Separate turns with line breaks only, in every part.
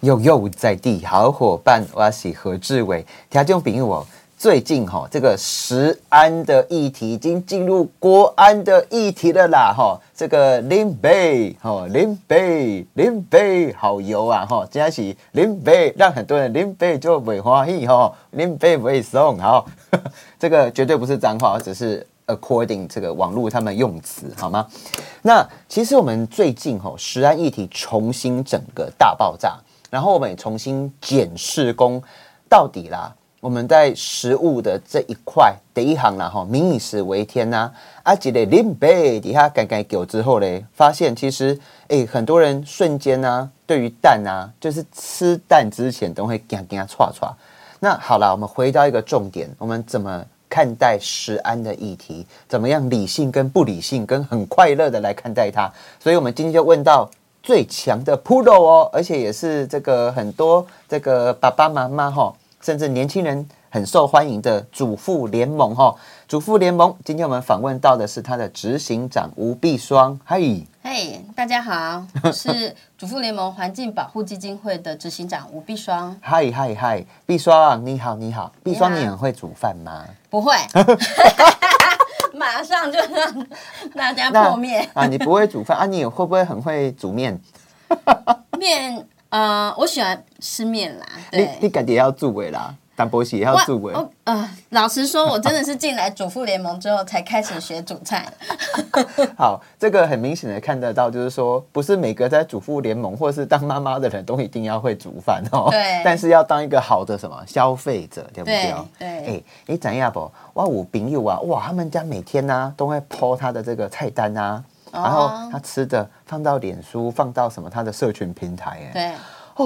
悠悠在地好伙伴，我是何志伟。听众朋友哦，最近哈、这个食安的议题已经进入国安的议题了啦哈、这个林北哈林北林北好油啊哈、真是林北让很多人林北就不欢喜哈，林北不会送好， 这个绝对不是脏话，只是 according 这个网络他们用词好吗？那其实我们最近吼、食安议题重新整个大爆炸，然后我们也重新检视工到底啦，我们在食物的这一块第一行啦吼，民以食为天呐、啊，啊，一个林北底下改改狗之后嘞，发现其实诶很多人瞬间呢、啊，对于蛋啊，就是吃蛋之前都会惊惊歘歘。那好了，我们回到一个重点，我们怎么看待食安的议题？怎么样理性跟不理性，跟很快乐的来看待它？所以，我们今天就问到最强的 Pro 哦，而且也是这个很多这个爸爸妈妈哈，甚至年轻人很受欢迎的主妇联盟哈。主妇联盟，今天我们访问到的是他的执行长吴碧双，嗨，
嘿大 家好，我是主妇联盟环境保护基金会的执行长吴碧双。
嗨嗨嗨，碧双你好，你好，碧双，
你
你
好
很会煮饭吗？
不会，马上就让大家破灭
啊，你不会煮饭啊？你会不会很会煮 面？
面。呃，我喜欢吃面啦，
你你
对。
感觉也要住尾啦，但博喜也要住尾。
我呃，老实说，我真的是进来主妇联盟之后才开始学煮菜。
好，这个很明显的看得到，就是说，不是每个在主妇联盟或是当妈妈的人都一定要会煮饭哦。
对
但是要当一个好的什么消费者，对不对
对？对
哎、你怎样不？哇，我朋友啊，哇，他们家每天呢、都会 po 他的这个菜单啊，
哦
然后他吃的放到脸书，放到什么他的社群平台、哎。
对，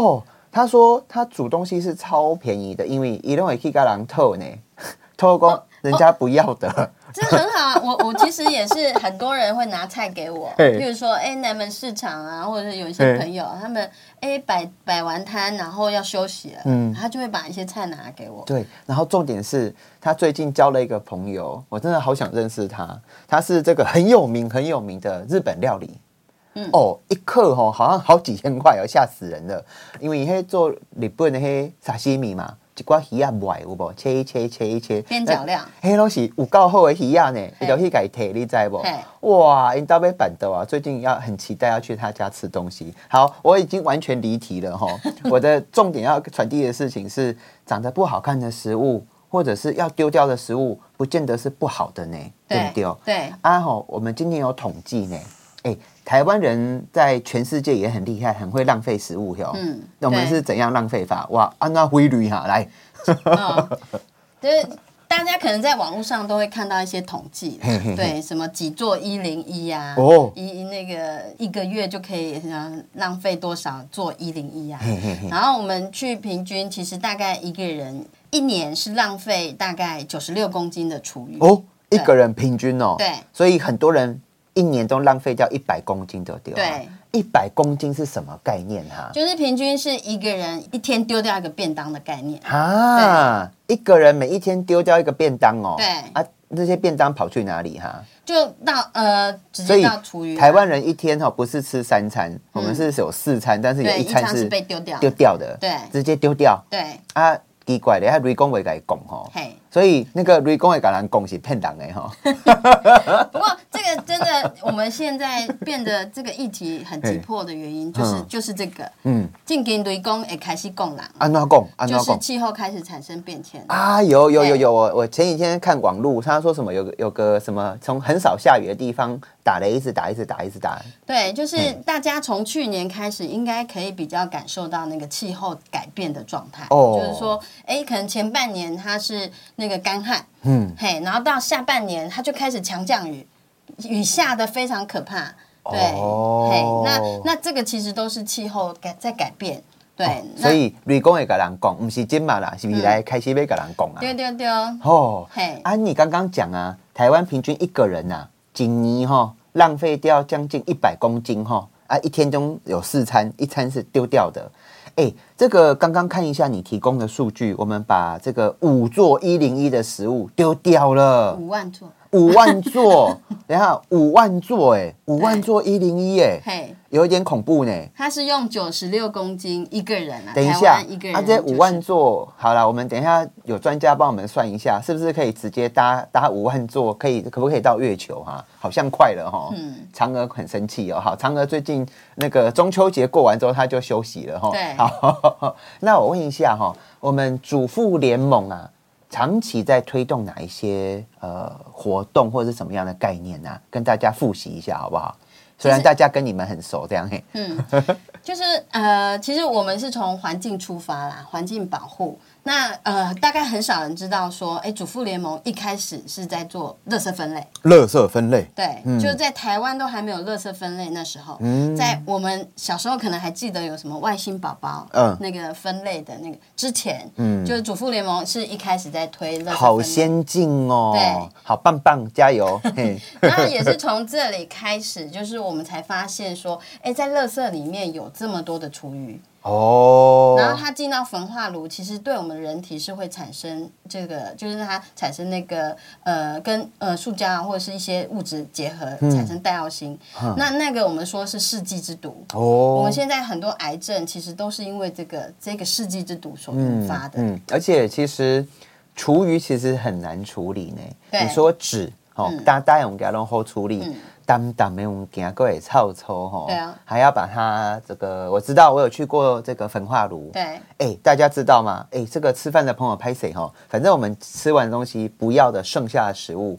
哦，他说他煮东西是超便宜的，因为一定会去跟人偷呢， 偷工人家不要的。
这很好啊。我我 其实也是很多人会拿菜给我，
嘿
譬如说，哎，南门市场啊，或者是有一
嘿
些朋友，他们哎摆摆完摊，然后要休息了，嗯，他就会把一些菜拿给我。
对，然后重点是他最近交了一个朋友，我真的好想认识他。他是这个很有名很有名的日本料理，嗯，哦，一克哦，好像好几千块哦，吓死人了。因为嘿做日本的嘿沙西米嘛，一挂鱼啊买有无？切一切，切一切，
边角料
那，嘿拢是有够好的鱼啊呢，伊就去家摕，你知无？
嘿
哇，因到尾板豆啊，最近要很期待要去他家吃东西。好，我已经完全离题了 哈。我的重点要传递的事情是，长得不好看的食物，或者是要丢掉的食物，不见得是不好的呢，对不对？
对，
啊吼，我们今年有统计呢，哎、台湾人在全世界也很厉害，很会浪费食物哟。
嗯
那我们
对
是怎样浪费法？哇，安娜灰驴哈，来，
哦，就是大家可能在网络上都会看到一些统计啦
嘿嘿嘿，
对，什么几座一零一啊，
哦
一那个一个月就可以呃浪费多少做一零一啊
嘿嘿嘿，
然后我们去平均，其实大概一个人一年是浪费大概九十六公斤的厨余。
哦，一
对
个人平均哦，
对
所以很多人一年都浪费掉一百公斤的丢、啊，
对，
一百公斤是什么概念啊哈、
就是平均是一个人一天丢掉一个便当的概念，
啊，一个人每一天丢掉一个便当哦，
对
啊，那些便当跑去哪里哈、
就到呃直
所
接
以
到厨余啊。嗯
台湾人一天哦哈、不是吃三餐，我们是有四餐，但是有
对一
餐
餐是被丢掉
丢掉的，
对
直接丢掉
对，
啊，奇怪的，还雷公会给讲吼，
嘿。
所以那个雷公会给人讲是骗人的 吼，
不过这个真的，我们现在变得这个议题很急迫的原因，就是
嗯
就是这个，
嗯，
近近雷公也开始供狼，
安怎讲安怎
就是
讲。
气候开始产生变迁。
啊，有有有
对
有，我我前几天看网路，他说什么有个有个什么从很少下雨的地方打雷，一直打，一直打，一直打。
对，就是
嗯
大家从去年开始，应该可以比较感受到那个气候改变的状态。
哦
就是说，哎，可能前半年它是那个干旱，
嗯，
嘿，然后到下半年它就开始强降雨，雨下的非常可怕。对，
哦
嘿，那那这个其实都是气候改在改变。对，那
哦
嗯
所以雷公会跟人讲，不是今嘛啦，是未来开始要跟人讲啊。
丢丢丢，
哦，
嘿，
啊，你刚刚讲啊，台湾平均一个人呐、啊，一年哈、浪费掉将近一百公斤哈、啊，一天中有四餐，一餐是丢掉的。哎，这个刚刚看一下你提供的数据，我们把这个五座一零一的食物丢掉了。
五万座，
五万座，等一下五万座哎、五万座一零一哎，
嘿，
有一点恐怖呢、
他是用九十六公斤一个人啊，
等一
台
下
湾一个，人、
啊，这五万座，好了，我们等一下有专家帮我们算一下，是不是可以直接搭搭五万座，可以可不可以到月球哈、好像快了哈。
嗯
嫦娥很生气哦，好，嫦娥最近那个中秋节过完之后，她就休息了哈。
对
好，那我问一下哈，我们主妇联盟啊，长期在推动哪一些呃活动或者是什么样的概念呢、啊？跟大家复习一下好不好？虽然大家跟你们很熟，这样嘿，
嗯就是呃，其实我们是从环境出发啦，环境保护。那呃，大概很少人知道说，哎，主妇联盟一开始是在做垃圾分类，
垃圾分类，
对，就在台湾都还没有垃圾分类那时候，
嗯
在我们小时候可能还记得有什么外星宝宝，
嗯
那个分类的那个之前，就是主妇联盟是一开始在推垃圾
好
分类
先进哦
对，
好棒棒，加 油！嘿，
然后也是从这里开始，就是我们才发现说，哎，在垃圾里面有这么多的厨余，然后
哦，
它进到焚化炉，其实对我们人体是会产生这个，就是它产生那个呃跟呃塑胶啊或者是一些物质结合，
嗯
产生带奥辛。那那个我们说是世纪之毒。我
哦
们，现在很多癌症其实都是因为这个这个世纪之毒所引发的。
嗯，而且其实厨余其实很难处理呢。
对嗯
你说纸哦，大大家用给它弄好处理，单单没用给它过也臭臭哈。
对啊
还要把它这个，我知道我有去过这个焚化炉，
对，
哎、大家知道吗？哎、这个吃饭的朋友拍谁哈？反正我们吃完东西不要的剩下的食物，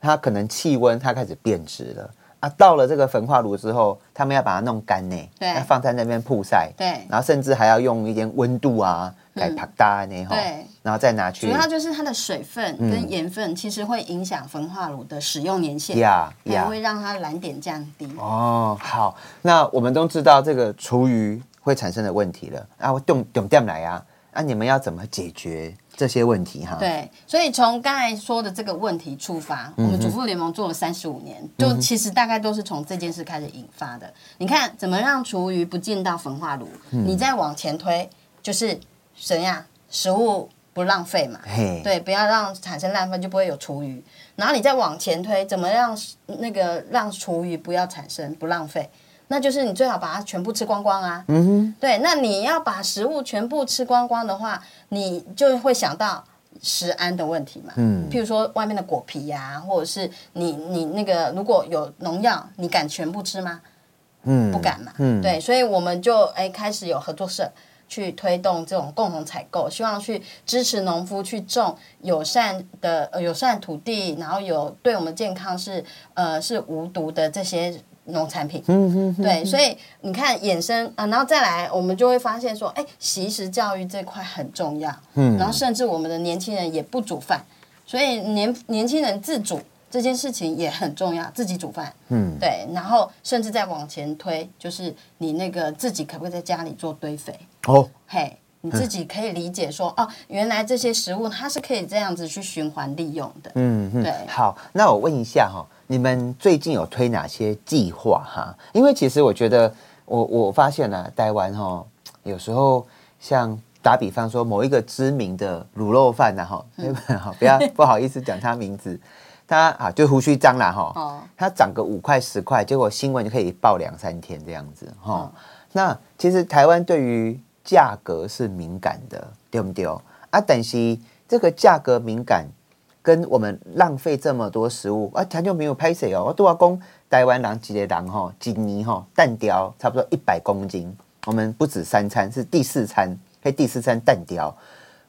它可能气温它开始变质了啊。到了这个焚化炉之后，他们要把它弄干呢，
对
要放在那边曝晒，
对
然后甚至还要用一点温度啊来啪嗒呢哈，
嗯对
然后再拿去
主要就是它的水分
嗯
跟盐分其实会影响焚化炉的使用年限，
呀
还
呀
会让它燃点降低。
哦，好，那我们都知道这个厨余会产生的问题了啊，我懂懂点来啊，那、啊、你们要怎么解决这些问题哈？
对，所以从刚才说的这个问题出发，
嗯
我们主妇联盟做了三十五年，就其实大概都是从这件事开始引发的。你看，怎么让厨余不进到焚化炉？
嗯
你再往前推，就是怎样食物不浪费嘛。
嘿，
对，不要让产生浪费，就不会有厨余。然后你再往前推，怎么让那个让厨余不要产生不浪费？那就是你最好把它全部吃光光啊。嗯哼。对，那你要把食物全部吃光光的话，你就会想到食安的问题嘛。嗯。譬如说外面的果皮呀、或者是你你那个如果有农药，你敢全部吃吗？
嗯
不敢嘛。
嗯
对，所以我们就哎开始有合作社。去推动这种共同采购，希望去支持农夫去种友善的、呃、友善土地，然后有对我们健康是呃是无毒的这些农产品。
嗯哼哼
对，所以你看衍生啊、然后再来，我们就会发现说，哎，习食教育这块很重要。嗯，然后甚至我们的年轻人也不煮饭，所以年年轻人自主这件事情也很重要，自己煮饭。
嗯。
对，然后甚至再往前推，就是你那个自己可不可以在家里做堆肥？
哦，
嘿，你自己可以理解说，哦，原来这些食物它是可以这样子去循环利用的。
嗯嗯，
对
好，那我问一下哈、你们最近有推哪些计划哈？因为其实我觉得，我我发现啊，台湾哈、有时候像打比方说某一个知名的卤肉饭呐、哈、
嗯
好 不要不好意思讲他名字，他啊就胡须张啦哈、
哦，
它涨个五块十块，结果新闻就可以报两三天这样子哈、
哦
齁那其实台湾对于价格是敏感的，对不对？啊，但是这个价格敏感，跟我们浪费这么多食物啊，台就没有拍谁哦。我都要讲台湾人一个人吼，一年吼蛋雕差不多一百公斤，我们不止三餐，是第四餐，嘿，第四餐蛋雕。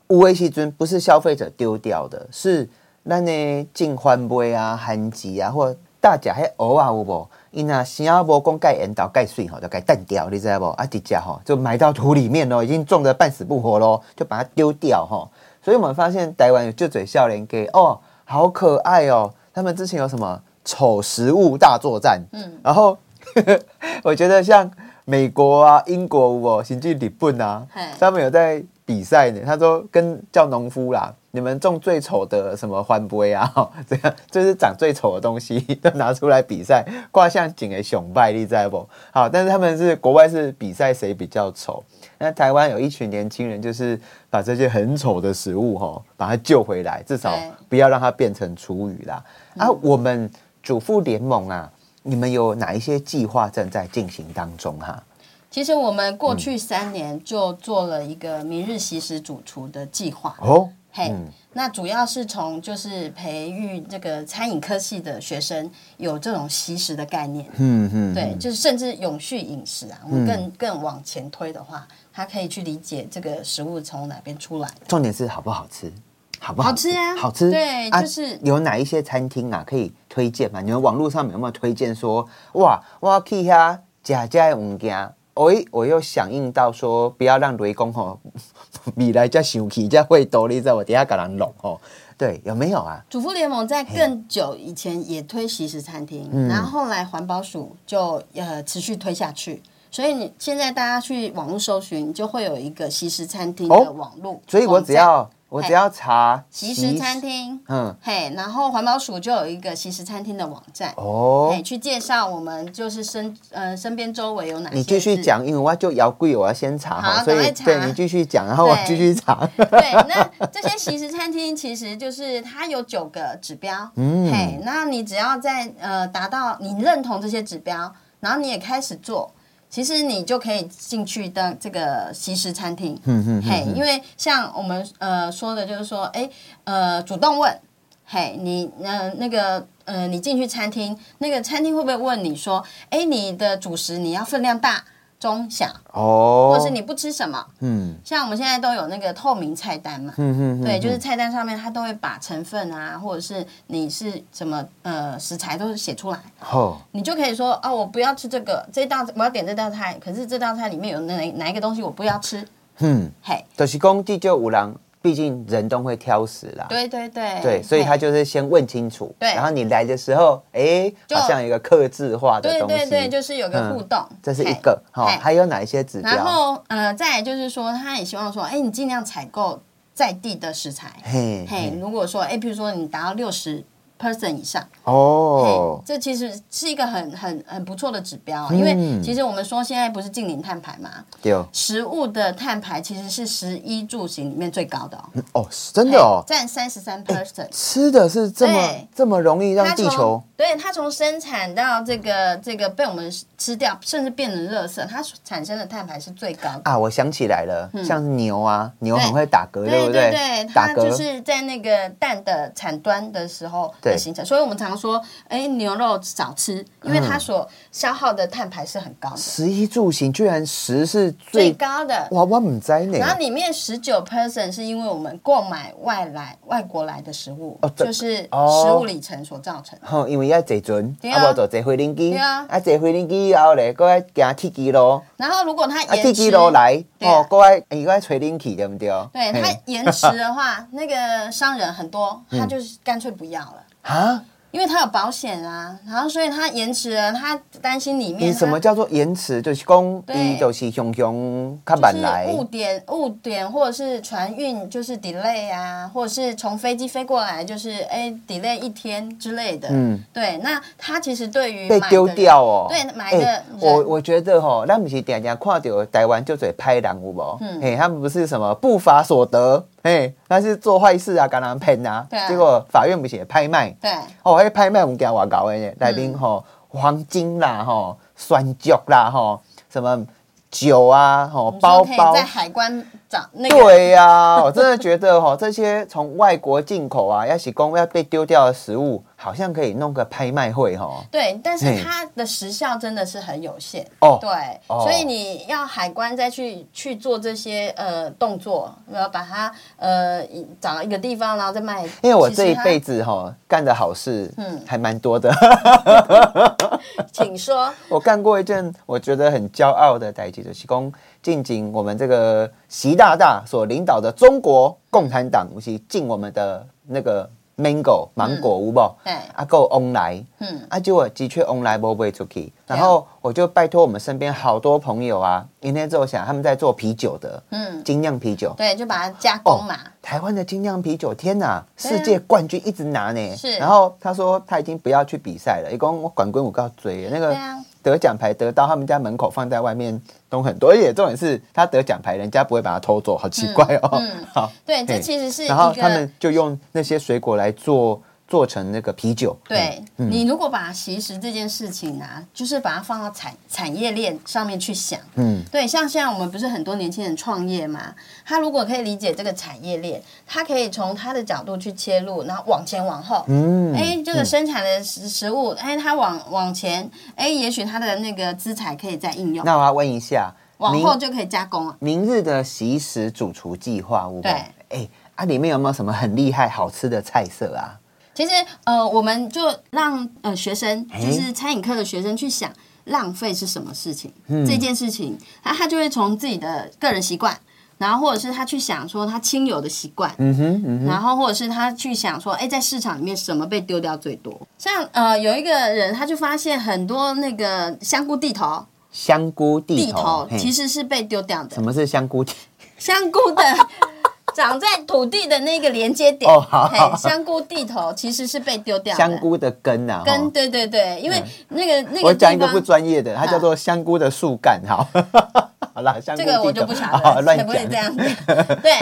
有威时尊不是消费者丢掉的，是咱的进环杯啊、韩籍啊，或大家还偶尔有无？因啊，新加坡公盖引导盖水吼，就该淡掉，你知道不？啊，直接吼就埋到土里面咯，已经种得半死不活咯，就把它丢掉吼。所以我们发现台湾有就嘴笑脸给哦，好可爱哦。他们之前有什么丑食物大作战？嗯，然后我觉得像美国啊、英国有哦，甚至日本啊
嘿，
他们有在比比赛呢，他说跟叫农夫啦，你们种最丑的什么环杯啊， 吼这样就是长最丑的东西 都拿出来比赛，卦象景的雄败，你知道不？好，但是他们是国外是比赛谁比较丑，那台湾有一群年轻人就是把这些很丑的食物哈、吼把它救回来，至少
对嗯
不要让它变成厨余啦。啊，我们主妇联盟啊，你们有哪一些计划正在进行当中啊哈、
其实我们
嗯
过去三年就做了一个明日习食主厨的计划，
哦，
嘿、那主要是从就是培育这个餐饮科系的学生有这种习食的概念，
嗯嗯，
对，就是甚至永续饮食啊，我们更更往前推的话，他可以去理解这个食物从哪边出来的。
重点是好不好吃，好不
好
吃
吃啊
好吃。
对就是
有哪一些餐厅啊可以推荐吗？你们网络上面有没有推荐说，哇，我要去遐假假的物件？我我又响应到说，不要让雷公吼 米来加生气，加会多你知道我底下给人弄吼。对，有没有啊？
主妇联盟在更久以前也推习食餐厅，
嗯
然后后来环保署就呃持续推下去，所以你现在大家去网络搜寻，就会有一个习食餐厅
哦
的网络、
所以我只要我
嘿
只要查
习食餐，厅，
嗯，
嘿，然后环保署就有一个习食餐厅的网站，
哦
嘿，，去介绍我们就是身呃身边周围有哪些。
你继续。讲，因为我就摇贵，我要先查哈，
好
所
赶
以
快查
对你继续讲，然后我
对
继续查。
对，那这些习食餐厅其实就是它有九个指标，嗯，嘿，那你只要在呃达到你认同这些指标，然后你也开始做，其实你就可以进去当这个习食餐厅，嗯嗯，嘿，因为像我们呃说的就是说，哎，呃，主动问，嘿，你呃那个呃，你进去餐厅，那个餐厅会不会问你说，哎，你的主食你要分量大、中、小，
哦，
或是你不吃什么？
嗯。
像我们现在都有那个透明菜单嘛，
嗯
对，就是菜单上面它都会把成分啊，或者是你是什么呃食材都写出来，
哦，
你就可以说哦，我不要吃这个，这道我要点这道菜，可是这道菜里面有哪哪一个东西我不要吃，
嗯，
嘿，
就是讲地就五郎，毕竟人都会挑食啦。
对对对，
对，所以他
嘿
就是先问清楚，
对
然后你来的时候，哎，
就
好像有一个克制化的
对
东西，嗯
对对，就是有个互动，
这是一
嘿
个哈，
嘿
还有哪一些指
然
标？
后呃，再来就是说，他也希望说，哎，你尽量采购在地的食材，
嘿
嘿，
嘿，
如果说哎，譬如说你达到六十 person 以上。
哦嗯
嘿，这其实是一个很很很不错的指标啊，因为其实我们说现在不是近零碳排嘛，
对，哦
食物的碳排其实是十一住行里面最高的哦，
哦，是真的哦
嘿，占三十三 percent。
吃的是这么
对
这么容易让
它
地
从
球，
对它从生产到这个这个被我们吃掉，甚至变成垃圾，它产生的碳排是最高的。
啊，我想起来了，像牛啊，牛很
嗯对
会打嗝，不
对
打
它
嗝
就是在那个蛋的产端的时候
对
的形成，所以我们常说，哎，牛肉少吃，因为它
嗯
所消耗的碳排是很高的，
食衣住行居然十是
最
最，
高的。
哇，我唔知呢
然，后里面十九 percent 是因为我们购买外来外国来的食物，
这
就是
哦
食物里程所造成的。
吼，因为要坐船，
对
啊
啊
无就坐飞轮机，
对啊
啊坐飞轮机以后咧，搁爱行铁机路，
然后如果它
啊铁
延迟，
机路来，
对啊
哦，搁爱伊搁爱吹冷气对毋对？
对它
嘿
延迟的话，那个商人很多，
嗯
他就是干脆不要了，
啊，
因为他有保险啊。然后所以他延迟了，他担心里面
伊
它
什么叫做延迟？就是讲
啊对
伊就是熊熊较
就
慢来
是，误点、误点，或者是船运就是 delay 啊，或者是从飞机飞过来就是哎 delay 一天之类的。
嗯，
对，那他其实对于
被
买的
丢
人
掉哦。
对买
哎
的人，
我我觉得吼，咱不是点点看到台湾就嘴拍人有无？嗯，嘿，他们不是什么不法所得，嘿，他是做坏事啊，给人骗啊
对，啊
结果法院不是也拍卖？
对嗯
哦，迄拍卖物件偌搞的呢，内面吼黄金啦，吼酸酒啦，吼什么酒啊，吼
你
包
说可
包
以在。海关找那个
对呀、我真的觉得吼， 这些从外国进口啊，要是公要被丢掉的食物，好像可以弄个拍卖会吼。
对，但
嘿
是它的时效真的是很有限。
哦
对，
哦
所以你要海关再去去做这些呃动作，然后把它呃一找到一个地方，然后再卖。
因为我
其实
这一
它
辈子吼干的好事，嗯，还蛮多的。
请说，
我干过一件我觉得很骄傲的代志，就是讲进进我们这个习大大所领导的中国共产党，我是进我们的那个 mango 芒果有无？
对
啊，够翁来，
哎嗯，啊
啊，结果的确翁来不卖出去。然后我就拜托我们身边好多朋友啊，因天之后想他们在做啤酒的，
嗯，
精酿啤酒。
对，就把它加
哦
工嘛，
台湾的精酿啤酒，天哪，
对啊
世界冠军一直拿呢。
是
然后他说他已经不要去比赛了，一共我管棍我告追那
对
个
啊，
得奖牌得到他们家门口放在外面都很多，而且重点是他得奖牌人家不会把它偷走，好奇怪哦。
嗯嗯
好，
对，这
嘿
其实是一
然后他
个
们就用那些水果来做做成那个啤酒。
对、
嗯
你如果把其实这件事情啊，就是把它放到产产业链上面去想，
嗯，
对，像现在我们不是很多年轻人创业嘛，他如果可以理解这个产业链，他可以从他的角度去切入，然后往前往后，
嗯，
哎、这个生产的食食物，哎，它往往前，哎，也许它的那个资产可以再应用，
那我要问一下，
往
您
后就可以加工了。
明日的习食主厨计划屋，
对
哎啊，里面有没有什么很厉害好吃的菜色啊？
其实呃，我们就让呃学生，
哎
就是餐饮课的学生去想浪费是什么事情，
嗯
这件事情，他他就会从自己的个人习惯。然后，或者是他去想说他亲友的习惯，
嗯哼，嗯
然后或者是他去想说，哎，在市场里面什么被丢掉最多？像呃，有一个人他就发现很多那个香菇地头，
香菇地
地
头
头，
哦嘿
其实呃是被丢掉的
什。么是香菇地？
香菇的长在土地的那个连接 点，
哦好好
嘿香菇地头其实是被丢掉的。
香菇的根啊，
根，
吼。
对对对，因为那个那
嗯我
个地
讲一
方，
个不专业的，它叫做香菇的树干，好， 好啦，香菇地
这个我
头
就不晓
好
得，
乱
可不可以这
讲。
样子？对，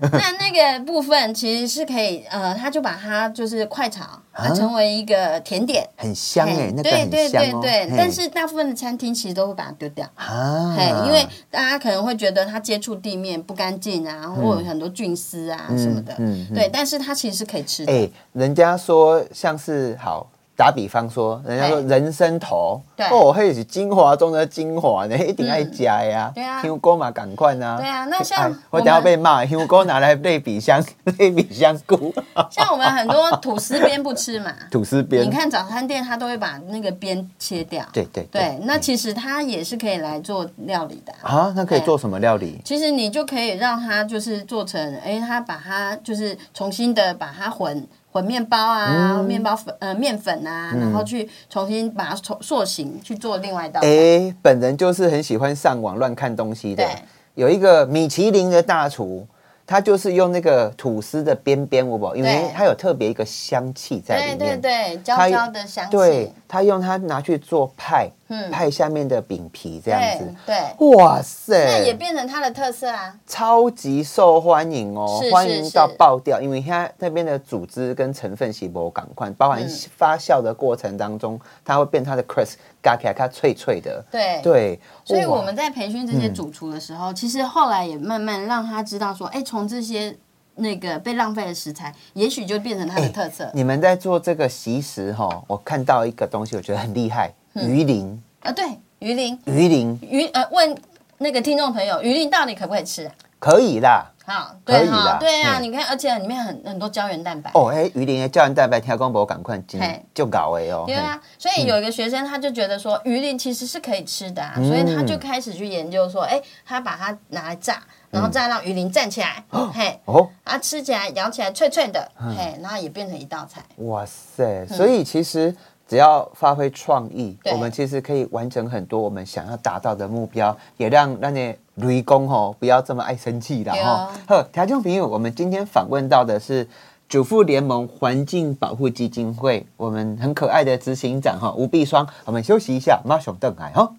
那那个部分其实是可以，呃，他就把它就是快炒，它成为一个甜点。
很啊香哎、
嘿
那个
对
很
对
香
对
哦。
对
嘿，
但是大部分的餐厅其实都会把它丢掉。
啊，
嘿，因为大家可能会觉得它接触地面不干净啊，或者有很多菌丝啊什么的，
嗯嗯
对，但是它其实是可以吃的，
哎、人家说像是好打比方说，人家说
哎
人参头，
对
哦，嘿是精华中的精华呢， 一定爱加呀、
对啊
香菇嘛，赶快呐。
对啊那像
哎我
我们
等下被骂，香菇拿来类比香 类比香菇，
像我们很多吐司边不吃嘛，
哦吐司边。
你看早餐店它都会把那个边切掉，
对对对
对，那其实它也是可以来做料理的啊、
啊，那可以
哎
做什么料理？
其实你就可以让它就是做成，哎，它把它就是重新的把它混混面包啊，
嗯
面包粉呃面粉啊，然后去重新把它重塑形去做另外一道菜。
哎、本人就是很喜欢上网乱看东西的
对。
有一个米其林的大厨，他就是用那个吐司的边边，我不，因为
对
它有特别一个香气在里
对
面。
对对，焦
它
焦的香气，
对，他用它拿去做派，
嗯
派下面的饼皮这样
对
子。
对，
哇
那也
塞，
变成它的特色啊。
超级受欢迎哦，
是
欢
是
迎
是
到爆掉，因为它那边的组织跟成分细胞赶快，包含
嗯
发酵的过程当中，它会变它的 crisp，嘎嘎嘎脆脆的。
对，
对，
所以
哇嗯
我们在培训这些主厨的时候，其实后来也慢慢让他知道说，哎，从这些那个被浪费的食材，也许就变成它的特色。
你们在做这个习食哈，我看到一个东西，我觉得很厉害，鱼鳞，
啊，对，鱼鳞，
鱼鳞
鱼呃，问那个听众朋友，鱼鳞到底可不可以吃啊？
可以啦。
好，
可
对
以啦
哈，对啊，
嗯
你看，而且里面很很多胶原蛋白。
哦，哎，鱼鳞的胶原蛋白，听讲无赶快进
嘿
就搞哎哦。
对啊，所以有一个学生他就觉得说鱼鳞其实是可以吃的啊，
嗯
所以他就开始去研究说，哎，他把它拿来炸，然后再让鱼鳞站起来，嘿，
嘿嗯哦，嗯
啊吃起来咬起来脆脆的，嘿，然后也变成一道菜。
哇塞！所以其实只要发挥创意，
嗯对
我们其实可以完成很多我们想要达到的目标，也让那些雷公吼不要这么爱生气啦
对
吼
啊。
呵，条件朋友，我们今天访问到的是。主妇联盟环境保护基金会，我们很可爱的执行长哈吴碧双，我们休息一下，马上邓来哈。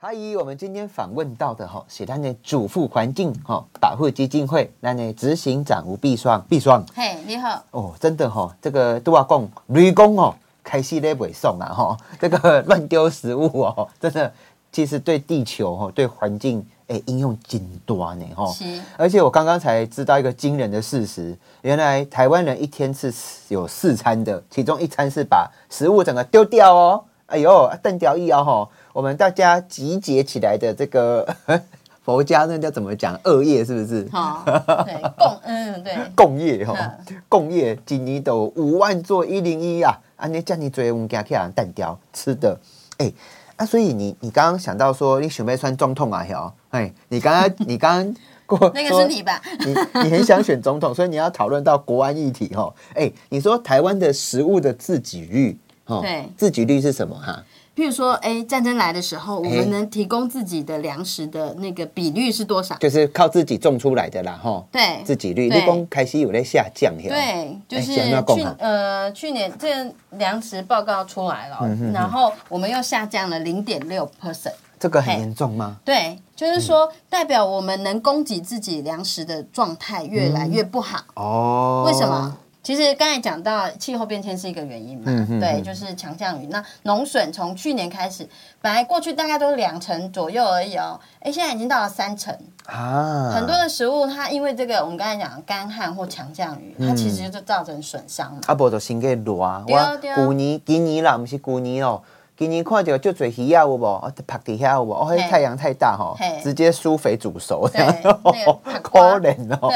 阿姨，我们今天访问到的哈，是咱的主妇环境哈保护基金会，咱的执行长吴碧双，碧双，
嘿，你好，
哦，真的哈、这个都要讲，雷公哦，开始咧袂送啊哈、这个乱丢食物哦，真的，其实对地球哦，对环境诶、应用真大呢哈、
是
而且我刚刚才知道一个惊人的事实，原来台湾人一天是有四餐的，其中一餐是把食物整个丢掉哦。哎呦，邓掉一哦吼，我们大家集结起来的这个 佛家那叫怎么讲？恶业是不是？
好，对，共，嗯，对，
共业吼
嗯，
共业今年都有五万座一零一啊，安尼这样你做物件去人单掉吃的，哎、 啊，所以你你刚刚想到说你准备算总统啊，吼，哎，你刚刚你刚刚过
那个
说
是你吧？
你你很想选总统，所以你要讨论到国安议题哈。哎、你说台湾的食物的自给率，哈
对
自给率是什么哈？
譬如说，哎，战争来的时候，我
哎
们能提供自己的粮食的那个比率是多少？
就是靠自己种出来的啦，哈。
对，
自给率，你
对
讲开始有在下降了，
对，就
啊哎
是
想要讲
去
哈
呃去年这个粮食报告出来
嗯
了，然后我们又下降了零点六 percent。
这个很
嘿
严重吗？
对，就是
嗯
说代表我们能供给自己粮食的状态越来
嗯
越不好。
哦，
为什么？？其实刚才讲到气候变迁是一个原因嘛，
嗯嗯
对，
嗯
就是强降雨。那农损从去年开始，本来过去大概都是两成左右而已哦，哎，现在已经到了三成。
啊，
很多的食物它因为这个我们刚才讲的干旱或强降雨，
嗯
它其实就造成损 伤嘛。
啊，无就先去热，我
对啊对啊
旧年、今年啦，毋是旧年哦，今年看到足侪鱼啊，有无？啊晒伫遐有无？哦，迄
嘿
太阳太大吼
嘿，
直接疏肥煮熟这
对
样，
那个 ผั
可
瓜
怜哦。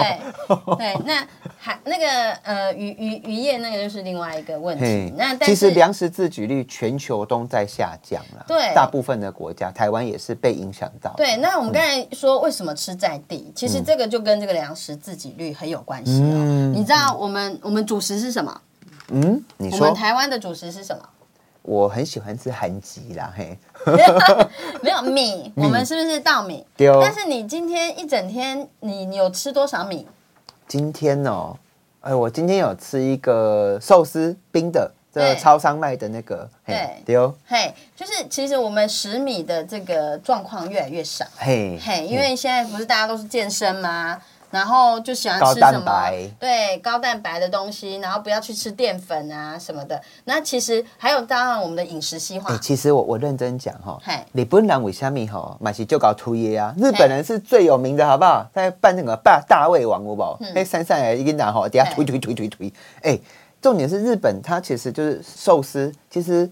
对对，那还那个呃渔渔渔业那个就是另外一个问 题
嘿。
那但
其实
是
粮食自给率全球都在下降了，
对
大部分的国家，台湾也是被影响到。
对，那我
嗯
们刚才说为什么吃在地，其实这个就跟这个粮食自给率很有关系哦。
嗯
你知道我们我们主食是什么？
嗯，你
我们
说
台湾的主食是什么？
我很喜欢吃韩籍啦，嘿，
没有米，我们是不是稻米？
对哦
但是你今天一整天，你你有吃多少米？
今天哦，哎，我今天有吃一个寿司冰的，这个
对
超商卖的那个，嘿
对
对哦，
嘿，就是其实我们食米的这个状况越来越少。
嘿，
嘿，因为
嗯
现在不是大家都是健身吗？然后就喜欢吃
高
什
蛋
么
白
对高蛋白的东西，然后不要去吃淀粉啊什么的。那其实还有当然我们的饮食西化，
哎、其实我我认真讲哈
嗨，
日本人为什么哈买是就搞土业啊？日本人是最有名的好不好？在办那个大大胃王，好不
嗯
好？那山上来一个人哈，底下推推推推推，哎、重点是日本它其实就是寿司，其实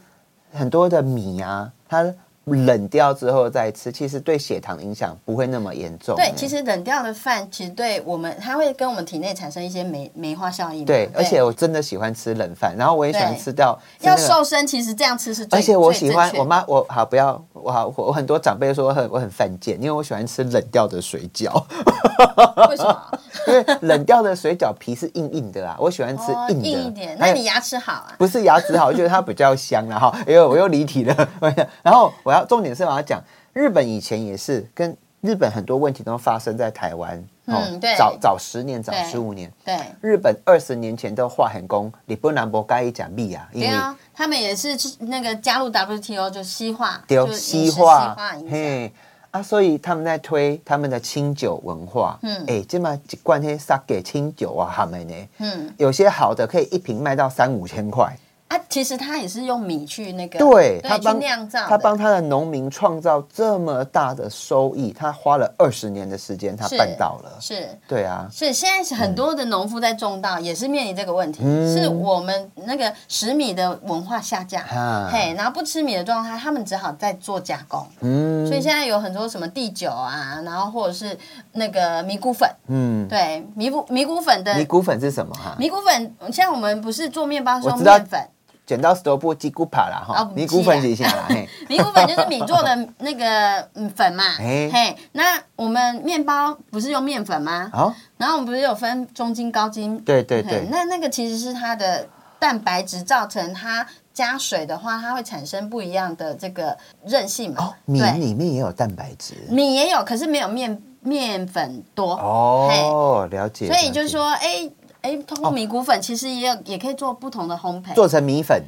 很多的米啊，它冷掉之后再吃，其实对血糖影响不会那么严重、哎
对，其实冷掉的饭其实对我们，它会跟我们体内产生一些酶酶化效应嘛。
对，而且我真的喜欢吃冷饭，然后我也喜欢
对
吃到吃
要
那个
瘦身，其实这样吃是最
而且我
最
喜欢
正确
我妈，我好不要我好我我很多长辈说我很我很犯贱，因为我喜欢吃冷掉的水饺，
为什么？
因为冷掉的水饺皮是硬硬的啊，我喜欢吃
哦
硬的。
硬一点，
还
那
有
你牙齿好啊。
不是牙齿好，就是它比较香啦哈。哎呦，我又离题了。 然后我要重点是我要讲，日本以前也是跟日本很多问题都发生在台湾，哦
嗯对
早早十年，早
对
十五年。
对，
日本二十年前都化很工，你不能不该讲密啊，因
对
为
啊，他们也是那个加入 WTO 就西化，
对，哦
就是饮
西
食化
化
影，响。
嘿啊，所以他们在推他们的清酒文化。嗯
嗯，
哎，这么一罐黑沙给清酒啊，他们呢，
嗯，
有些好的可以一瓶卖到三五千块。
啊，其实它也是用米去那个，
对他
对，
帮
去酿造的，
他帮他的农民创造这么大的收益，他花了二十年的时间，他
是
办到了。
是。
对啊，
所以现在是很多的农夫在种稻，也是面临这个问题，
嗯
是我们那个食米的文化下降，
啊
嘿，然后不吃米的状态，他们只好在做加工，
嗯，
所以现在有很多什么地酒啊，然后或者是那个米谷粉，
嗯，
对，米谷米谷粉的
尼姑粉是什么哈？
米谷粉，现在我们不是做面包是
我
用
知道
面粉，
剪刀石头布，鸡骨扒啦哈
哦，
尼姑粉是啥啦？嘿，
米谷粉就是米做 的那个嗯粉嘛，
哎
嘿，那我们面包不是用面粉吗？
好，
然后我们不是有分中筋、高筋？
对对
嘿
对，
嗯那那个其实是它的蛋白质造成它加水的话，它会产生不一样的这个韧性嘛。
哦，米
对，
里面也有蛋白质。
米也有，可是没有面面粉多。
哦，了解。
所以
了
就是
解哦
说，哎哎，通过米谷粉其实也有也可以做不同的烘焙。啊
做成米粉，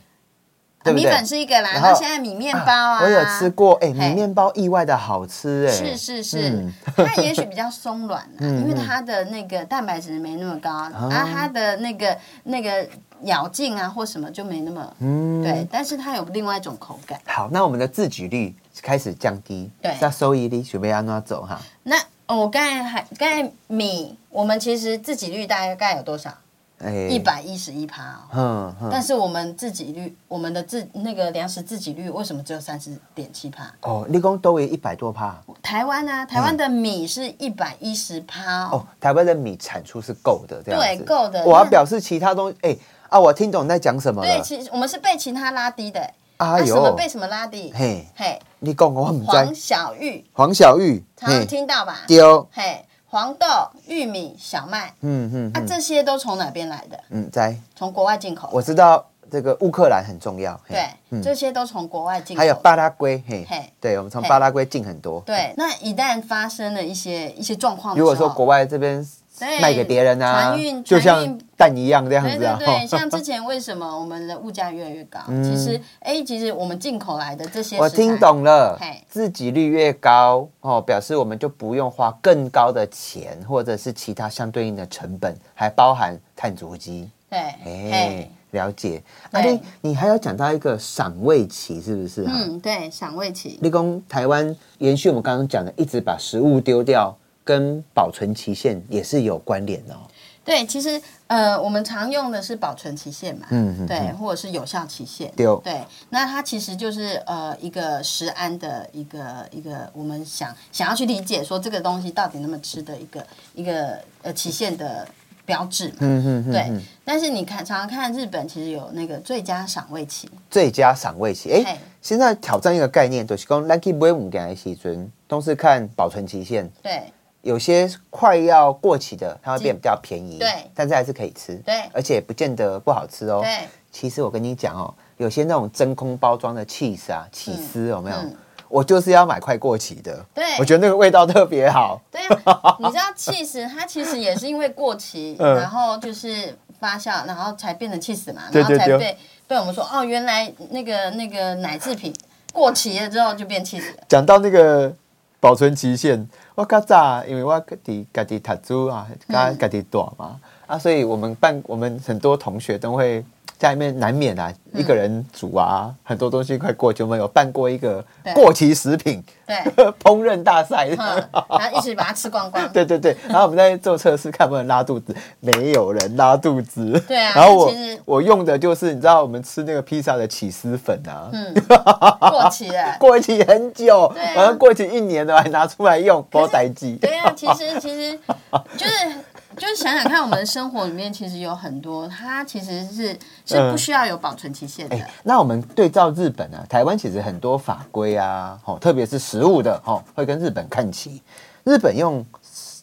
对不
米
对？
粉是一个啦，
然后
那现在米面包啊，
我有吃过，哎、
嘿
米面包意外的好吃、哎，
是是是
嗯，
它也许比较松软 啦，因为它的那个蛋白质没那么高，
哦
啊，它的那个那个咬劲啊或什么就没那么，
嗯
对，但是它有另外一种口感。
好，那我们的自给率开始降低，
对
那收益率准备要那走哈？
那哦我刚才还刚才米，我们其实自给率大概有多少？
哎、
一，百一十一趴哦。
嗯嗯，
但是我们自给率，我们的自那个粮食自给率为什么只有三十点七趴？
哦，立功都为一百多趴，
台湾啊，台湾的米是一百一十趴哦。
嗯哦，台湾的米产出是够的，这样子
对够的
我要
那
表示其他东西，哎、啊，我听懂你在讲什么
对，
了，
其实我们是被其他拉低的、欸。
哎
啊，什么
呦，
被什么拉低？
嘿
嘿，
你讲我们在
黄小玉，
黄小玉，
常常
嘿，
听到吧？
丢、
嘿，黄豆、玉米、小麦，
嗯嗯
啊，这些都从哪边来的？
嗯，在
从国外进口。
我知道这个乌克兰很重要，嘿
对，这些都从国外进口。
还有巴拉圭，嘿
嘿，
对，我们从
嘿
巴拉圭进很多。
对，那一旦发生了一些一些状况的时
如果
候，
说国外这边
对
卖给别人啊
船运，
就
船
像
运
蛋一样这样
对
子
对
啊，嗯
对，像之前为什么我们的物价越来越 高？其实，哎，其实我们进口来的这些，
我听。懂了
嘿，
自给率越高哦，表示我们就不用花更高的钱，或者是其他相对应的成本，还包含碳足迹。
对，
哎
哎，，
了解。啊，
对
你你还有讲到一个赏味期，是不是、啊？
嗯，对，赏味期，
立功台湾延续我们刚刚讲的，一直把食物丢掉，跟保存期限也是有关联的哦。
对，其实呃，我们常用的是保存期限嘛，
嗯嗯
对，或者是有效期限，
对哦
对，那它其实就是呃一个食安的一个一个我们想想要去理解说这个东西到底能不能吃的一个一个呃期限的标志嘛，
嗯哼哼
对
哼，
但是你看，常常看日本其实有那个最佳赏味期，
最佳赏味期，哎、
嘿
现在挑战一个概念，就是讲 lucky boy 物件的时阵，都是看保存期限，
对
有些快要过期的，它会变比较便宜，
对
但是还是可以吃，
对
而且不见得不好吃哦。
对，
其实我跟你讲哦，有些那种真空包装的 cheese 啊、起司有没有？
嗯
我就是要买快过期的，
对
我觉得那个味道特别好。
对 啊，你知道 cheese 它其实也是因为过期，
嗯
然后就是发酵，然后才变成 cheese 嘛，
对
然后
对
才
对
被被我们说哦，原来那个那个奶制品过期了之后就变 cheese 了。
讲到那个保存期限，我较早因为我家己家己读书啊，
嗯
家家己住嘛、啊，所以我们办我们很多同学都会家里面难免啊，
嗯
一个人煮啊，很多东西快过期，我们有办过一个
对
过期食品
对，
烹饪大赛。
嗯，然后一直把它吃光 光。
对对对，然后我们在做测试，看能不能拉肚子，没有人拉肚子。
对啊
然后我
那其实
我用的就是你知道我们吃那个披萨的起司粉啊，
嗯，过期了。
过期很久，
对啊
好像过期一年了，还拿出来用，包代机。
对啊，其实其实就是就是想想看，我们的生活里面其实有很多，它其实是是不需要有保存期限的。
嗯哎，那我们对照日本啊，台湾其实很多法规啊，哦，特别是食物的，哦，会跟日本看齐。日本用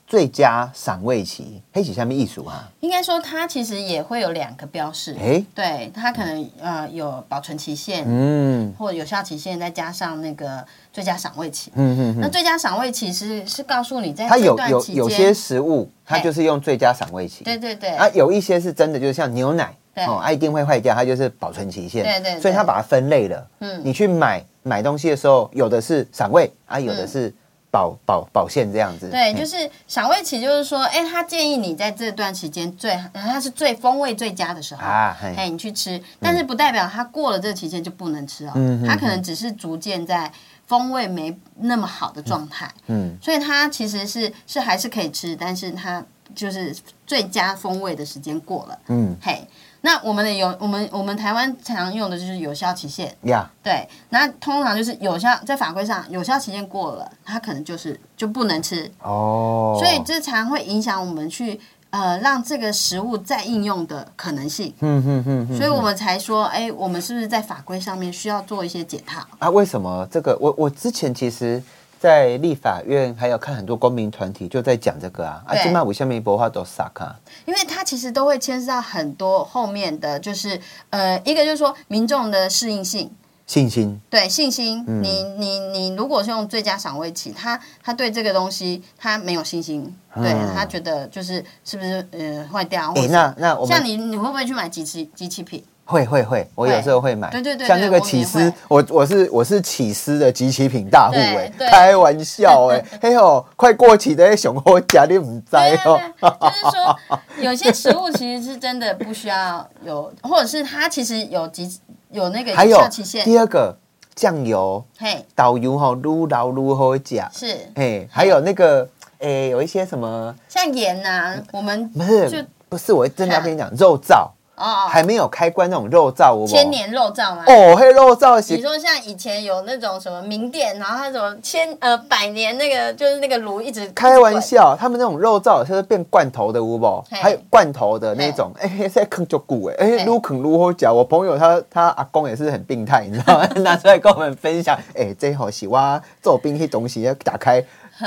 最佳赏味期，黑起下面艺术啊，
应该说，它其实也会有两个标示，
诶
对，它可能呃有保存期限，
嗯
或有效期限，再加上那个最佳赏味期。
嗯嗯嗯，
那最佳赏味期是是告诉你在
它
这
有
段
有
期
有些
间，
食物，它
嘿
就是用最佳赏味期。
对对对，
啊，有一些是真的，就是像牛奶，
对
哦，它一定会坏掉，它就是保存期限，
对对对
所以它把它分类了。嗯
嗯，
你去买买东西的时候，有的是赏味，啊，有的
嗯
是保保保鲜这样子。
对，
嗯
就是赏味期，就是说，哎，他建议你在这段期间最，它是最风味最佳的时候，
啊嘿
哎，你去吃，但是不代表它过了这期间就不能吃哦
嗯嗯，
它可能只是逐渐在风味没那么好的状态，
嗯，
所以它其实是是还是可以吃，但是它就是最佳风味的时间过了，
嗯
嘿。那我们的有我们我们台湾常用的就是有效期限，
呀，
对，那通常就是有效在法规上有效期限过了，它可能就是就不能吃，
哦，
所以这常会影响我们去呃让这个食物再应用的可能性，
嗯嗯嗯嗯，
所以我们才说，哎，我们是不是在法规上面需要做一些解套？
啊，为什么这个？我我之前其实。在立法院还有看很多公民团体就在讲这个啊，啊，
对
金马五下面一波话都撒卡，
因为它其实都会牵涉到很多后面的，就是呃，一个就是说民众的适应性。
信心
对信心，
嗯
你你你，如果是用最佳赏味期，他他对这个东西他没有信心，对
嗯
他觉得就是是不是呃坏掉，或
哎、
者是
那那我们
像你你会不会去买机器机器品？
会会会，我有时候会买。
对对对
像那
对
个
我
起
也
司
会，
我我是我是起司的集齐品大户
对
哎、
对
开玩笑哎、嘿哟，快过期的熊猴假你唔知
对
哦。
啊，对啊就是说有些食物其实是真的不需要有，或者是它其实有几有那个
还
有
有
效期限，
第二个酱油
嘿，
导游吼，撸老撸好假，
是
嘿，还有那个哎、有一些什么
像盐呐、我们
嗯不
就是啊
不是，我真的要跟你讲，肉燥
哦
还没有开关那种肉燥，我
千年肉燥嘛。
哦，嘿肉燥
比如
是
说像以前有那种什么名店，然后它什么千呃百年那个就是那个炉一直
开玩，笑，他们那种肉燥有些是变罐头的，有无？
嘿
还有罐头的那种，哎、欸，在啃就骨哎，哎、
嘿
撸啃撸好嚼。我朋友他他阿公也是很病态，你知道吗？拿出来跟我们分享，哎、这好喜哇，做冰些东西要打开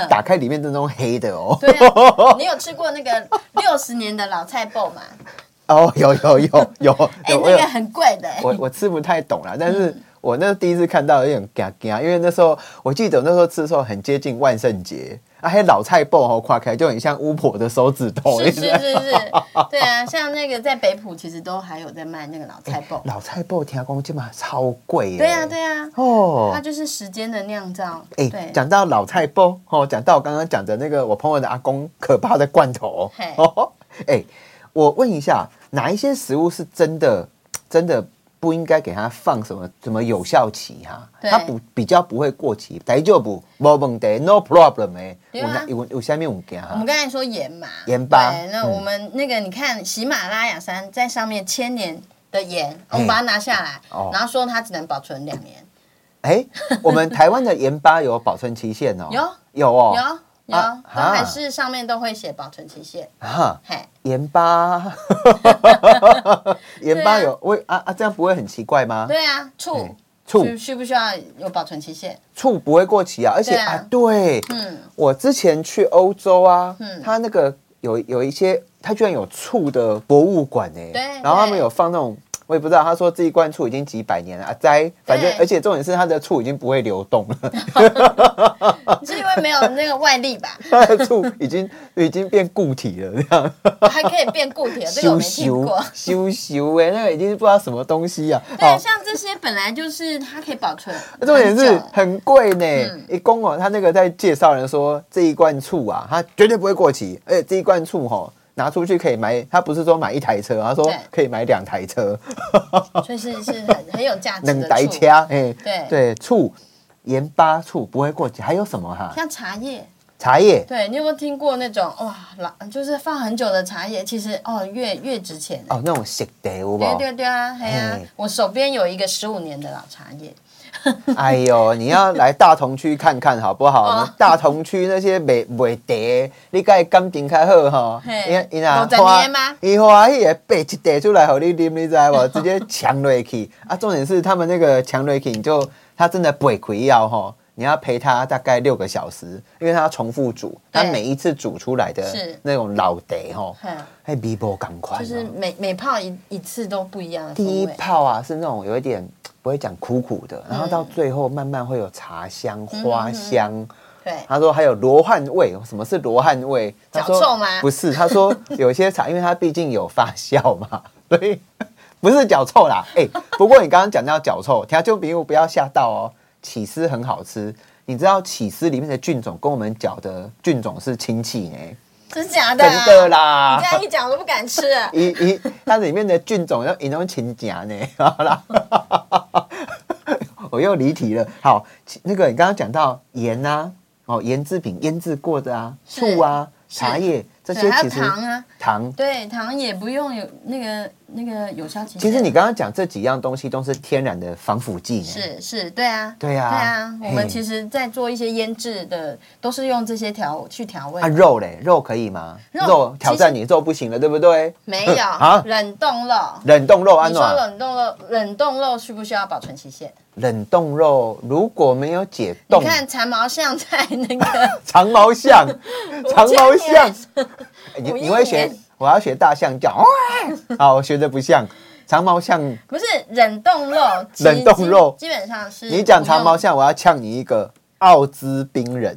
打开里面那种黑的哦。
对啊，你有吃过那个 六十年的老菜包 吗？
哦，有有有有，
哎、
有我
那
有
个很贵的、
我我吃不太懂啦，但是我那第一次看到有点嘎嘎，因为那时候我记得我那时候吃的时候很接近万圣节，啊，还有老菜包哦，跨开就很像巫婆的手指头，
是
一直
是是
在
是，对啊，像那个在北浦其实都还有在卖那个老菜包。
老菜包听讲起码超贵耶，
对啊对啊，它
哦。
就是时间的酿造。
哎、
对，
讲到老菜包哦，讲到我刚刚讲的那个我朋友的阿公可怕的罐头
嘿
哦， 哎、我问一下，哪一些食物是真的真的不应该给它放什么什么有效期哈、
对
它不比较不会过期，大丈夫，没问题，no problem 哎、
对啊
有有有下面有件
我
哈
们，刚才说盐嘛，
啊盐巴
对，那
嗯
我们那个你看喜马拉雅山在上面千年的盐，我们把它拿下来，
嗯哦
然后说它只能保存两年，
哎、我们台湾的盐巴有保存期限哦，
有
有哦，
有有，
啊啊
都还是上面都会写保存期限。
哈，
嘿，
盐巴， 盐巴
对啊
有喂啊啊，这样不会很奇怪吗？
对啊，醋
嗯醋
需需不需要有保存期限？
醋不会过期啊，而且
对啊
啊对
嗯，
我之前去欧洲啊，
嗯
它那个有有一些，它居然有醋的博物馆呢、
对
然后他们
对
有放那种。我也不知道，他说这一罐醋已经几百年了啊，栽，反正
对
而且重点是它的醋已经不会流动 了，
是因为没有那个外力吧？
它的醋已经已经变固体了，这样
还可以变固体 了，这个
羞
我没听
羞
过。
羞羞哎，那个已经不知道什么东西啊。
对，
哦，
像这些本来就是它可以保存很久，
重点是很贵呢
嗯，
一公哦，他那个在介绍人说这一罐醋啊，它绝对不会过期，而且这一罐醋哈、拿出去可以买，他不是说买一台车，他说
对
可以买两台车，
所以是是很很有价值
两
的
台
醋。
车，哎，
对
对，醋、盐巴醋不会过期，还有什么哈？
像茶叶，
茶叶
对你有没有听过那种哇老就是放很久的茶叶，其实哦越越值钱了。
哦，嗯那种食的有
对
无？
对对啊，嘿啊
嘿！
我手边有一个十五年的老茶叶，
哎呦，你要来大同区看看好不好？
哦
大同区那些卖卖茶的，你该感情较好哈。
嘿
因因啊
五十年吗
伊欢喜会背一袋出来给你啉，你知 无？直接抢落去啊！重点是他们那个抢落去，你就他真的背亏要哈。你要陪他大概六个小时，因为他要重复煮，他
对
每一次煮出来的
是
那种老茶吼，
嘿，啊
还比波赶快，
就是每每泡一一次都不一样的风
哦第一
味。嗯
泡啊是那种有一点不会讲苦苦的，然后到最后慢慢会有茶香、花香。
嗯对，
他说还有罗汉味，什么是罗汉味？他说
脚臭吗
不是，他说有些茶，因为它毕竟有发酵嘛， 所以不是脚臭啦。哎、不过你刚刚讲到脚臭，调就比如不要吓到哦，起司很好吃。你知道起司里面的菌种跟我们脚的菌种是亲戚呢、
真假的？
真的！啊啦。
啊你这。样一讲我都不敢吃了
一一，它里面的菌种要引用亲家呢，好啦，我又离题了。好，其那个你刚刚讲到盐啊，哦，盐制品腌制过的啊，
是
醋啊，茶叶 这
对，
些
还
其
有
实
糖啊，
糖
对，糖也不用有那个那个有效期限。
其实你刚刚讲这几样东西都是天然的防腐剂呢，
是是，对啊，
对啊
对啊。
嘿
我们其实，在做一些腌制的，都是用这些调去调味
啊，。肉嘞，肉可以吗？
肉
肉
其实
挑战你肉不行了，对不对？
没有
啊
冷冻肉，
冷冻肉安啊
你说
暖，
冷冻肉，冷冻肉需不需要保存期限？
冷冻肉如果没有解
你
冻，
看长毛象在那个
长毛象，长毛象，你
五亿
你会学
年？
我要学大象叫， 好，我学的不像长毛象。
不是冷冻肉，其实
冷冻肉
基基本上是
你讲长毛
不
象，我要呛你一个奥兹冰人。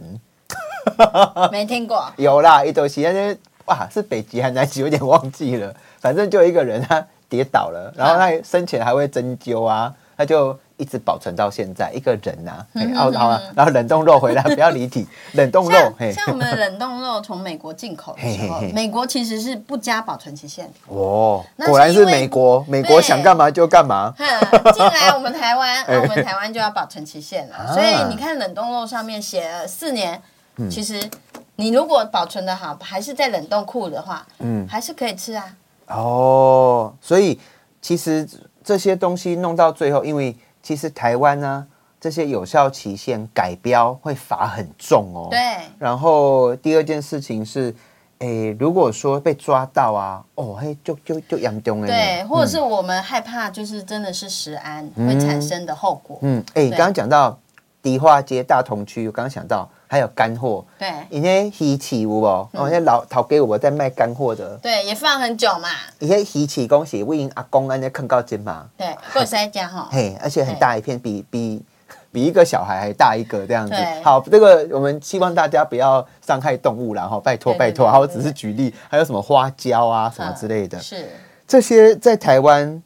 用没听过，
有啦，一斗西那些哇，是北极还是南极，有点忘记了。反正就有一个人他跌倒
啊
了，然后他生前还会针灸啊，他就一直保存到现在。一个人呐、啊，嘿奥、嗯、啊，然后冷冻肉 回来，不要离体，冷冻肉，
像像我们的冷冻肉从美国进口的时候
嘿嘿嘿，
美国其实是不加保存期 限的。
哦，
那
果然
是
是
因为
美国，美国
对
想干嘛就干嘛。
哼，进来我们台湾，啊我们台湾就要保存期限
啊
了。所以你看冷冻肉上面写了四年，
嗯
其实你如果保存的好，还是在冷冻库的话，嗯，还是可以吃啊。
哦，所以其实这些东西弄到最后，因为其实台湾呢、这些有效期限改标会罚很重哦。
对，
然后第二件事情是，诶，如果说被抓到啊，哦嘿，就就就严重了。嗯
对，或者是我们害怕，就是真的是食安会产生的后果。
嗯，哎，
对
刚刚讲到迪化街、大同区，我刚刚想到还有干货，
对
你那稀奇有无？哦，
嗯
那老头给我在卖干货的，
对，也放很久嘛，
一些稀奇恭喜为因阿公安尼坑到金嘛，
对，过塞家哈，
嘿，而且很大一片，比比 比一个小孩还大一个这样子
对。
好，这个我们希望大家不要伤害动物啦，哈，拜托
对对
拜托。
对
好，我
对
只是举例，还有什么花椒啊什么之类的
嗯，是，
这些在台湾，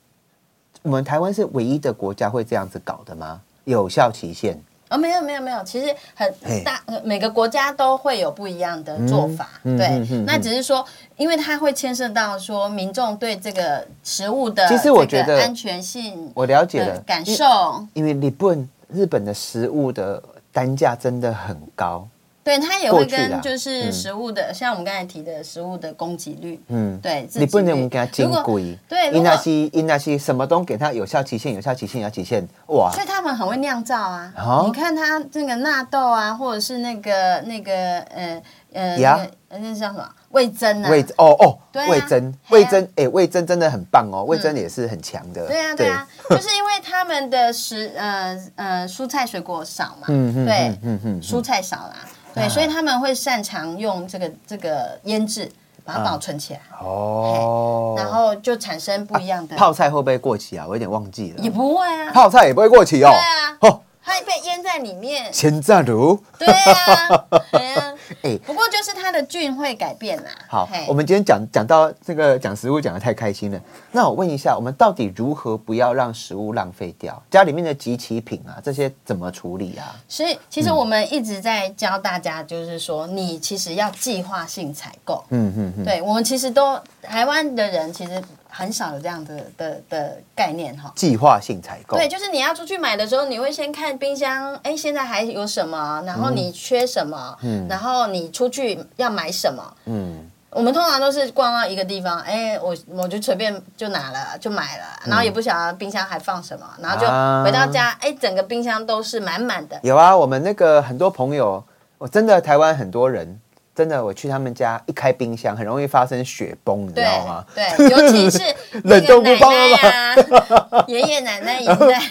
我们台湾是唯一的国家会这样子搞的吗？有效期限，
哦，没有没有没有，其实
嘿
很大，呃每个国家都会有不一样的做法，
嗯嗯
对、
嗯嗯
那只是说，因为它会牵涉到说民众对这个食物的
其实我
这个
觉得
安全性
我了解
的
了。
感受，
因为日本日本的食物的单价真的很高，
对它也
过
会
去啦
跟就是
嗯
食物的，像我们刚才提的食物的供给率，
嗯，
对，自
你不
给率
能给他金
如果
贵，
对如
因
果
那些因那些什么东西给他有效期限，有效期限，有效期限，哇，
所以他们很会酿造啊！
哦
你看他那个纳豆啊，或者是那个那个呃呃
呀
那个呃那叫什么味噌啊？
味哦哦
对，啊
味增
嘿
味
啊嗯
增，哎，味增真的很棒哦，味增也是很强的，
对啊对啊， 就是因为他们的食呃呃蔬菜水果少嘛，
嗯嗯
对
嗯，嗯嗯，啊
蔬菜少啦，对，所以他们会擅长用这个这个腌制把它保存起来，
啊哦，
然后就产生不一样的，
泡菜会不会过期啊？我有点忘记了
也，不会啊，
泡菜也不会过期哦
对，啊，
哦，，
它被腌在里面
千赞如，
对啊，对啊，
哎，
不过就是它的菌会改变啦。
好
嘿，
我们今天讲讲到这个讲食物讲的太开心了。那我问一下，我们到底如何不要让食物浪费掉？家里面的集齐品啊，这些怎么处理啊？
所以其实我们一直在教大家，就是说你其实要计划性采购。
嗯嗯嗯，
对我们其实都台湾的人其实很少有这样的的的概念哈。
计划性采购。
对，就是你要出去买的时候，你会先看冰箱，哎，现在还有什么，然后
嗯
你缺什么，然后你出去要买什么。
嗯，
我们通常都是逛到一个地方，哎，我我就随便就拿了，就买了，然后也不晓得冰箱还放什么，然后就
啊
回到家，哎，整个冰箱都是满满的，
有啊，我们那个很多朋友，我真的台湾很多人，真的我去他们家一开冰箱，很容易发生雪崩，你知
对
道吗？
对，尤其是那
冷
个
冻不
奶
包了
奶 啊，爷爷奶奶一代，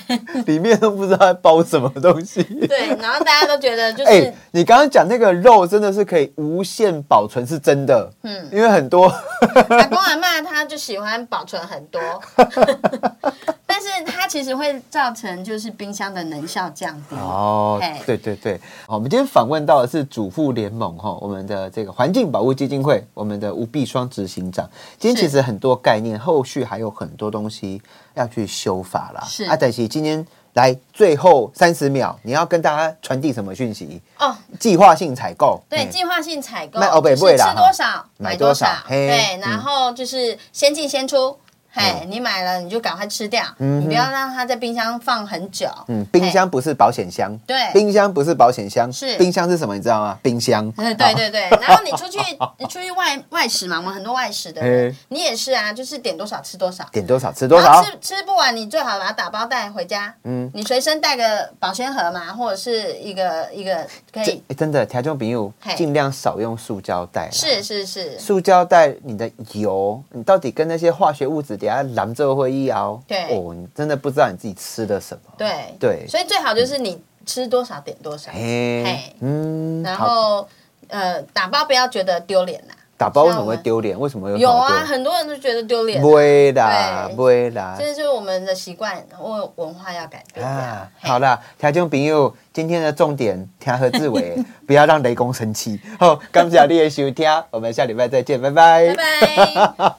里面都不知道在包什么东 西。
对，然后大家都觉得就是、
哎、你刚刚讲那个肉真的是可以无限保存，是真的。嗯
嗯，
因为很多
阿公阿嬷他就喜欢保存很 多，但是它其实会造成就是冰箱的能效降低。
哦
嘿，
对对对，好，我们今天访问到的是主妇联盟哈，我们的这个环境保护基金会，我们的吴碧双执行长。今天其
是
实很多概念，后续还有很多东西要去修法啦。
是
啊，但是今天来最后三十秒，你要跟大家传递什么讯息？
哦，
计划性采购，
对，
嗯
计划性采购
卖哦欧北
就是
贵啦
吃多少
买
买
多
多
少
少，
嘿
对
嗯，
然后就是先进先出。嘿，你买了你就赶快吃掉，你不要让它在冰箱放很久。
嗯，冰
嘿
箱不是保险箱，
对
冰箱不是保险箱，
是
冰箱是什么？你知道吗？冰 箱，
嗯，对对对，然后你 出去，你出去外外食嘛，我们很多外食的人
嘿，
你也是啊，就是点多少吃多少，
点多少吃多
然
少
后，吃吃不完，你最好把它打包带回家。嗯，你随身带个保鲜盒嘛，或者是一个一个可
这
以，
哎诶真的，台中朋友
嘿
尽量少用塑胶袋啦，
是是是，
塑胶袋，你的油，你到底跟那些化学物质底下拦着会一熬，
对
哦，你真的不知道你自己吃的什么。
对
对
所以最好就是你吃多少点多少，
嘿
嘿，
嗯，
然
好，
后呃打包不要觉得丢脸啦。
打包为什么会丢脸？为什么有
有
好
啊，
多
很多人都觉得丢脸啊，
不会啦，
对
不会啦
这。就是我们的习惯或文化要改变
啊
啊，。
好啦，听众朋友，今天的重点听何志 伟，不要让雷公生气。好，感谢你的收听，我们下礼拜再见，拜拜
嘿，拜拜。